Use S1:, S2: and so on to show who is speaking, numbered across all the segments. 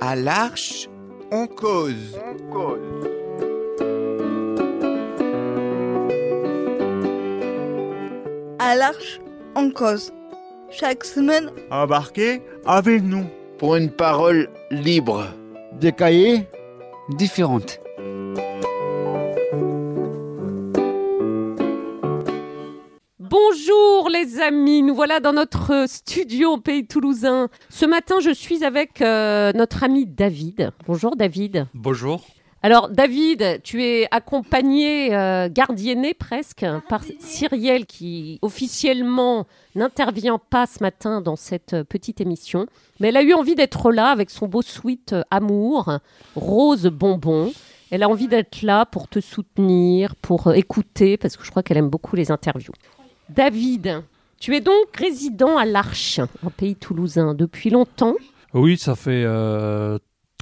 S1: À l'arche, on cause.
S2: à l'Arche en cause. Chaque semaine,
S3: Embarquez avec nous.
S4: pour une parole libre.
S5: Des cahiers
S6: différentes.
S7: Bonjour les amis, nous voilà dans notre studio au pays toulousain. Ce matin, je suis avec euh, notre ami David. Bonjour David.
S8: Bonjour.
S7: Alors David, tu es accompagné, euh, gardienné presque, par Cyrielle qui officiellement n'intervient pas ce matin dans cette euh, petite émission. Mais elle a eu envie d'être là avec son beau sweat euh, amour, rose bonbon. Elle a envie d'être là pour te soutenir, pour euh, écouter, parce que je crois qu'elle aime beaucoup les interviews. David, tu es donc résident à l'Arche, en pays toulousain, depuis longtemps.
S8: Oui, ça fait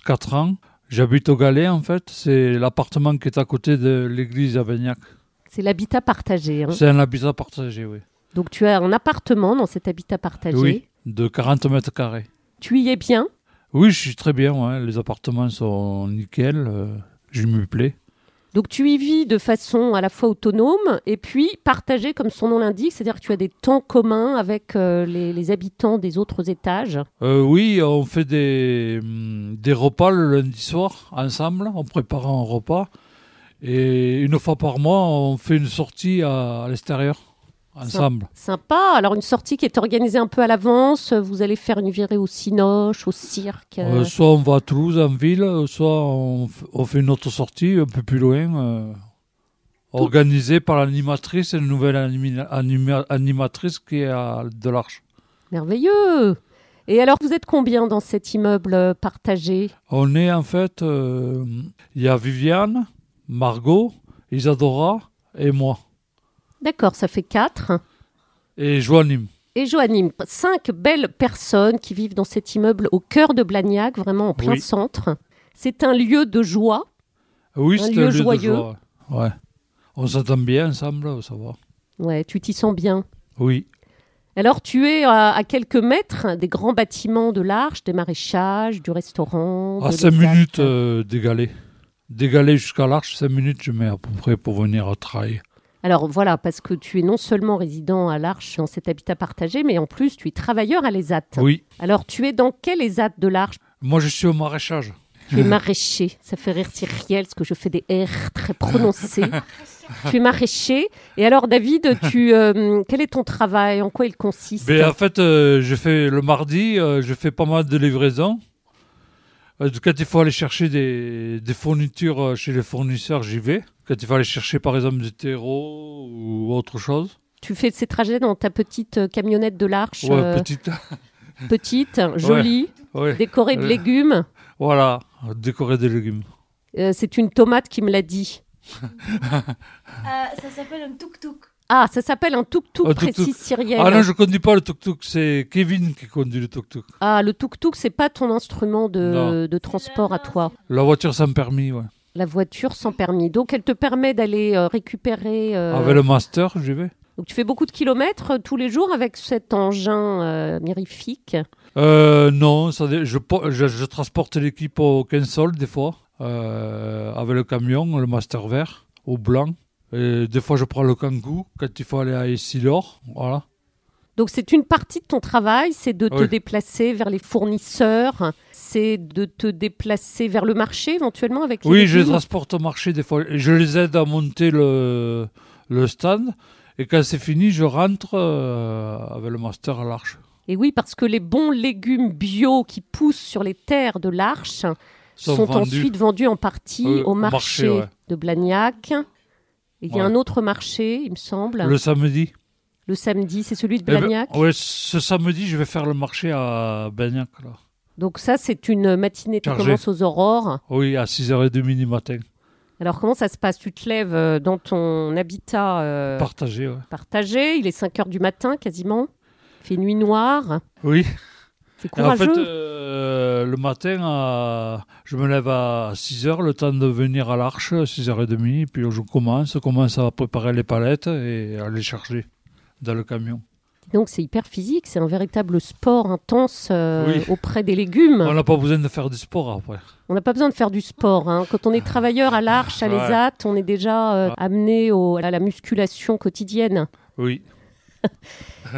S8: 4 ans. J'habite au Galet en fait. C'est l'appartement qui est à côté de l'église à Beignac.
S7: C'est l'habitat partagé. hein.
S8: C'est un habitat partagé, oui.
S7: Donc tu as un appartement dans cet habitat partagé.
S8: Oui, de 40 mètres carrés.
S7: Tu y es bien.
S8: Oui, je suis très bien. ouais. Les appartements sont nickel. euh, je me plais.
S7: Donc tu y vis de façon à la fois autonome et puis partagée comme son nom l'indique, c'est-à-dire que tu as des temps communs avec euh, les, les habitants des autres étages.
S8: Euh, oui, on fait des, hum, des repas le lundi soir ensemble. On prépare un repas. Et une fois par mois, on fait une sortie à, à l'extérieur ensemble.
S7: Sympa. Alors une sortie qui est organisée un peu à l'avance. Vous allez faire une virée au Cinoche, au cirque. euh,
S8: Euh, soit on va à Toulouse en ville, euh, soit on, f- on fait une autre sortie un peu plus loin, euh, organisée par l'animatrice, une nouvelle animi- anima- animatrice qui est à de l'Arche.
S7: Merveilleux. Et alors vous êtes combien dans cet immeuble euh, partagé
S8: On est en fait, euh, il y a Viviane, Margot, Isadora et moi.
S7: D'accord, ça fait quatre.
S8: Et Joannim.
S7: Et Joannim, cinq belles personnes qui vivent dans cet immeuble au cœur de Blagnac, vraiment en plein
S8: Oui.
S7: centre. C'est un lieu de joie.
S8: Oui,
S7: Un
S8: c'est un
S7: lieu
S8: lieu de
S7: joyeux.
S8: joie. Ouais. On s'entend bien ensemble, ça va.
S7: Ouais, tu t'y sens bien.
S8: Oui.
S7: Alors, tu es à, à quelques mètres des grands bâtiments de l'Arche, des maraîchages, du restaurant.
S8: À
S7: de
S8: 5
S7: l'ESAT.
S8: minutes euh, des Galets. Des Galets jusqu'à l'Arche, 5 minutes, je mets à peu près pour venir à travailler.
S7: Alors, voilà, parce que tu es non seulement résident à l'Arche dans cet habitat partagé, mais en plus, tu es travailleur à l'ESAT.
S8: Oui.
S7: Alors, tu es dans quel ESAT de l'Arche
S8: Moi, je suis au maraîchage.
S7: Tu es maraîcher. Ça fait rire Cyrielle, parce que je fais des R très prononcés. tu es maraîcher. Et alors, David, tu, euh, quel est ton travail En quoi il consiste
S8: Mais en fait, euh, je fais le mardi, euh, je fais pas mal de livraisons. Euh, quand il faut aller chercher des, des fournitures euh, chez les fournisseurs, j'y vais. Quand il faut aller chercher, par exemple, du terreau ou autre chose.
S7: Tu fais ces trajets dans ta petite euh, camionnette de l'Arche,
S8: Ouais,
S7: euh,
S8: petite.
S7: petite, jolie,
S8: Ouais,
S7: décorée de
S8: Euh.
S7: légumes.
S8: voilà, décorer des légumes.
S7: Euh, C'est une tomate qui me l'a dit.
S9: Euh, ça s'appelle un tuk-tuk.
S7: Ah, ça s'appelle un tuk-tuk
S8: Un tuk-tuk.
S7: précis Cyrielle.
S8: Ah non, je conduis pas le tuk-tuk, c'est Kevin qui conduit le tuk-tuk.
S7: Ah, le tuk-tuk, c'est pas ton instrument de,
S8: Non.
S7: de transport à toi.
S8: La voiture sans permis, ouais.
S7: La voiture sans permis. Donc, elle te permet d'aller euh, récupérer. euh,
S8: Avec le master, j'y vais.
S7: Donc tu fais beaucoup de kilomètres euh, tous les jours avec cet engin euh, mirifique.
S8: Euh, non, ça dé- je, po- je- je transporte l'équipe au Kensol des fois, euh, avec le camion, le master vert, au blanc. Et des fois, je prends le kangou quand il faut aller à Essilor. Voilà.
S7: Donc c'est une partie de ton travail, c'est de te
S8: Oui.
S7: déplacer vers les fournisseurs, c'est de te déplacer vers le marché éventuellement avec les
S8: Oui, je les
S7: légumes.
S8: transporte au marché des fois. Et Je les aide à monter le, le stand. Et quand c'est fini, je rentre euh, avec le master à l'arche.
S7: Et oui, parce que les bons légumes bio qui poussent sur les terres de l'Arche sont,
S8: Sont vendus.
S7: ensuite vendus en partie
S8: Euh,
S7: au
S8: au
S7: marché,
S8: marché, ouais.
S7: de Blagnac. Et Il y a
S8: Ouais.
S7: un autre marché, il me semble,
S8: Le
S7: le,
S8: samedi.
S7: samedi, c'est celui de
S8: Eh ben,
S7: Blagnac.
S8: ouais, ce samedi, je vais faire le marché à Bagnac. là.
S7: Donc ça, c'est une matinée qui
S8: Chargé.
S7: commence aux aurores.
S8: Oui, à 6h30 du matin.
S7: Alors comment ça se passe Tu te lèves euh, dans ton habitat euh,
S8: Partagé, ouais.
S7: partagé, il est 5 heures du matin quasiment, il fait nuit noire,
S8: Oui.
S7: c'est
S8: Et En
S7: courageux.
S8: fait, euh, le matin, à- je me lève à 6h, le temps de venir à l'arche, 6h30, puis je commence, commence à préparer les palettes et à les charger dans le camion.
S7: Donc c'est hyper physique, c'est un véritable sport intense euh,
S8: Oui.
S7: auprès des légumes.
S8: On n'a pas besoin de faire du sport après.
S7: On n'a pas besoin de faire du sport. hein. Quand on est travailleur à l'arche, à
S8: Ouais.
S7: l'ESAT, on est déjà euh,
S8: Ah.
S7: amené au- à la musculation quotidienne.
S8: Oui.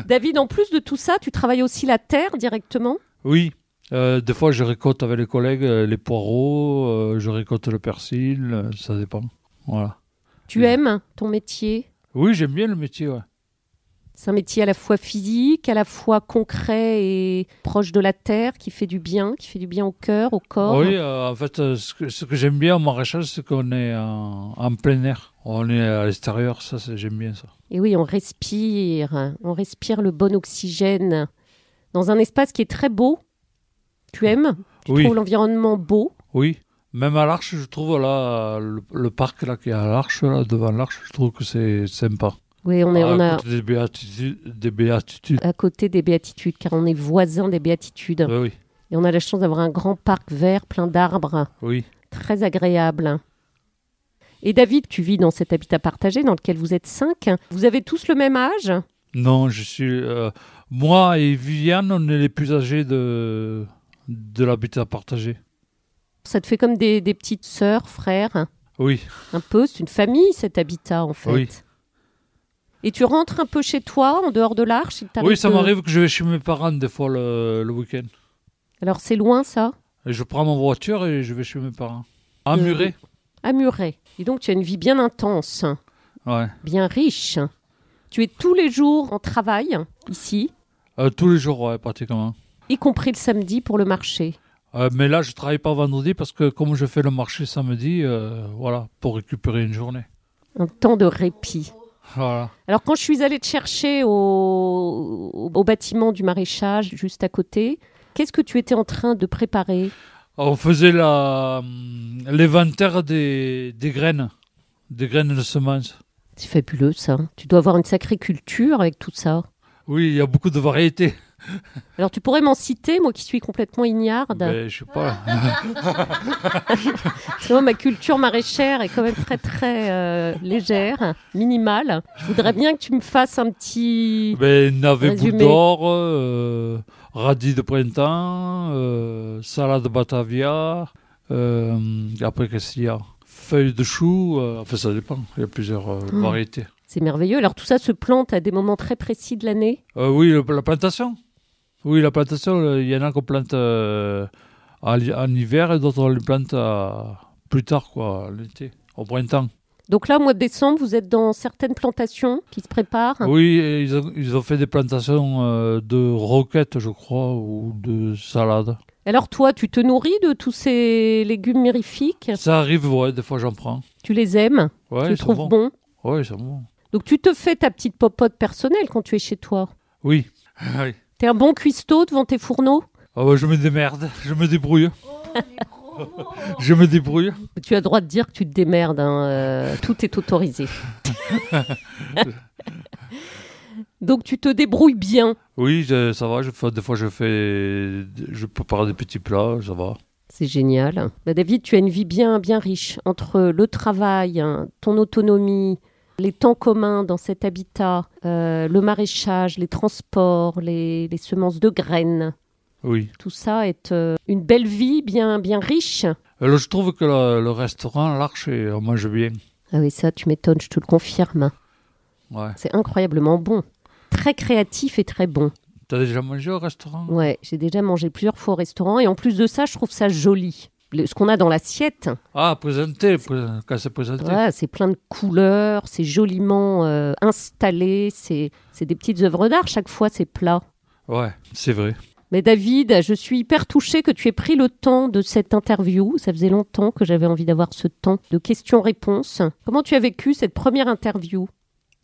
S7: David, en plus de tout ça, tu travailles aussi la terre directement
S8: Oui. Euh, des fois, je récolte avec les collègues euh, les poireaux, euh, je récolte le persil, euh, ça dépend. Voilà.
S7: Tu
S8: Oui.
S7: aimes ton métier
S8: Oui, j'aime bien le métier, ouais.
S7: C'est un métier à la fois physique, à la fois concret et proche de la terre, qui fait du bien, qui fait du bien au cœur, au corps.
S8: Oui, euh, en fait, euh, ce que, ce que j'aime bien en maraîchage, c'est qu'on est en, en plein air. On est à l'extérieur, ça, c'est- j'aime bien ça.
S7: Et oui, on respire, on respire le bon oxygène dans un espace qui est très beau. Tu aimes Tu
S8: Oui.
S7: trouves l'environnement beau
S8: Oui. Même à l'arche, je trouve là, euh, le, le parc là, qui est à l'arche, là, devant l'arche, je trouve que c'est sympa.
S7: Oui, on est on
S8: à
S7: a,
S8: côté des béatitudes. Des béatitudes.
S7: à côté des Béatitudes, car on est voisin des Béatitudes.
S8: Ouais, oui,
S7: Et on a la chance d'avoir un grand parc vert plein d'arbres,
S8: oui.
S7: très agréable. Et David, tu vis dans cet habitat partagé dans lequel vous êtes cinq. Vous avez tous le même âge
S8: Non, je suis. euh, moi et Viviane, on est les plus âgés de, de l'habitat partagé.
S7: Ça te fait comme des, des petites sœurs, frères
S8: Oui,
S7: Un peu, c'est une famille cet habitat en fait.
S8: Oui.
S7: Et tu rentres un peu chez toi, en dehors de l'arche il t'arrive
S8: oui ça
S7: de-
S8: m'arrive que je vais chez mes parents des fois le, le week-end.
S7: Alors c'est loin ça
S8: Et je prends mon voiture et je vais chez mes parents. À
S7: Euh,
S8: Muret
S7: À Muret. Et donc tu as une vie bien intense,
S8: Ouais.
S7: bien riche. Tu es tous les jours en travail ici,
S8: Euh, tous les jours, ouais, pratiquement.
S7: y compris le samedi pour le marché.
S8: Euh, mais là, je travaille pas vendredi parce que comme je fais le marché samedi, euh, voilà, pour récupérer une journée.
S7: Un temps de répit.
S8: Voilà.
S7: Alors quand je suis allée te chercher au, au bâtiment du maraîchage juste à côté, qu'est-ce que tu étais en train de préparer
S8: On faisait la- hum, l'inventaire des, des graines, des graines de semences.
S7: C'est fabuleux ça. Tu dois avoir une sacrée culture avec tout ça.
S8: Oui, il y a beaucoup de variétés.
S7: Alors tu pourrais m'en citer, moi qui suis complètement ignarde.
S8: Mais je sais pas.
S7: Parce que moi, ma culture maraîchère est quand même très très euh, légère, minimale. Je voudrais bien que tu me fasses un petit...
S8: Mais navet
S7: Résumé.
S8: boule d'or, euh, radis de printemps, euh, salade batavia. euh, après, qu'est-ce qu'il y a Feuilles de chou. euh, enfin, ça dépend. Il y a plusieurs euh,
S7: Mm.
S8: variétés.
S7: C'est merveilleux. Alors tout ça se plante à des moments très précis de l'année.
S8: Euh, oui, le- la plantation. Oui, la plantation, euh, il y en a qu'on plante euh, en, hi- en hiver et d'autres on les plante euh, plus tard, quoi, l'été, au printemps.
S7: Donc là, au mois de décembre, vous êtes dans certaines plantations qui se préparent.
S8: Oui, et ils ont, ils ont fait des plantations euh, de roquettes, je crois, ou de salades.
S7: Alors toi, tu te nourris de tous ces légumes mirifiques
S8: Ça arrive, ouais, des fois j'en prends.
S7: Tu les aimes
S8: Ouais,
S7: Tu les
S8: ils sont
S7: trouves
S8: bons.
S7: bons
S8: Ouais, ils sont bons.
S7: Donc tu te fais ta petite popote personnelle quand tu es chez toi.
S8: Oui. Oui.
S7: T'es un bon cuistot devant tes fourneaux
S8: Ah ouais, je me démerde, je me débrouille,
S9: Oh, les gros mots
S8: je me débrouille.
S7: Tu as le droit de dire que tu te démerdes, hein, euh, tout est autorisé. Donc tu te débrouilles bien,
S8: Oui, je- ça va, je fais- des fois je fais, je prépare des petits plats, ça va.
S7: c'est génial. Bah, David, tu as une vie bien, bien riche entre le travail, hein, ton autonomie, les temps communs dans cet habitat, euh, le maraîchage, les transports, les, les semences de graines.
S8: Oui.
S7: Tout ça est euh, une belle vie bien, bien riche.
S8: Alors, Euh, je trouve que le, le restaurant, l'arche, et on mange bien.
S7: Ah oui, ça, tu m'étonnes, je te le confirme.
S8: Ouais.
S7: C'est incroyablement bon. Très créatif et très bon.
S8: T'as déjà mangé au restaurant
S7: Ouais, j'ai déjà mangé plusieurs fois au restaurant et en plus de ça, je trouve ça joli. Le- ce qu'on a dans l'assiette,
S8: Ah, présenté, pré- quand c'est présenté.
S7: voilà, c'est plein de couleurs, c'est joliment euh, installé, c'est c'est des petites œuvres d'art chaque fois ces plats.
S8: Ouais, c'est vrai.
S7: Mais David, je suis hyper touchée que tu aies pris le temps de cette interview. Ça faisait longtemps que j'avais envie d'avoir ce temps de questions-réponses. Comment tu as vécu cette première interview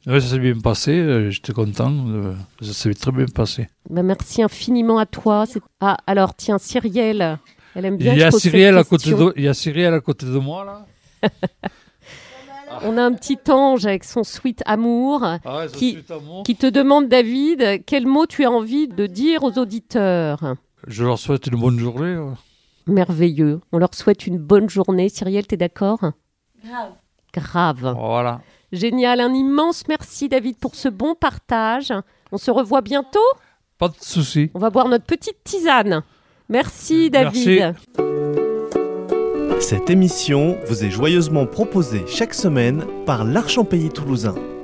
S8: Ouais, ça s'est bien passé, euh, j'étais content. euh, ça s'est très bien passé.
S7: Bah, merci infiniment à toi. C'est- Ah, alors tiens, Cyrielle, elle aime
S8: Il
S7: bien.
S8: y,
S7: que
S8: a
S7: je pose cette
S8: Cyrielle à côté
S7: question.
S8: de, il y a Cyrielle à côté de moi, là.
S7: On a un petit ange avec son sweet amour
S8: Ah, ouais, ça,
S7: Qui-
S8: c'est un mot.
S7: qui te demande, David, quel mot tu as envie de dire aux auditeurs.
S8: Je leur souhaite une bonne journée. ouais.
S7: Merveilleux. On leur souhaite une bonne journée. Cyrielle, t'es d'accord
S9: Grave.
S7: Grave.
S8: Voilà.
S7: Génial. Un immense merci, David, pour ce bon partage. On se revoit bientôt.
S8: Pas de souci.
S7: On va boire notre petite tisane. Merci, David.
S8: Merci.
S5: Cette émission vous est joyeusement proposée chaque semaine par l'Archempayé toulousain.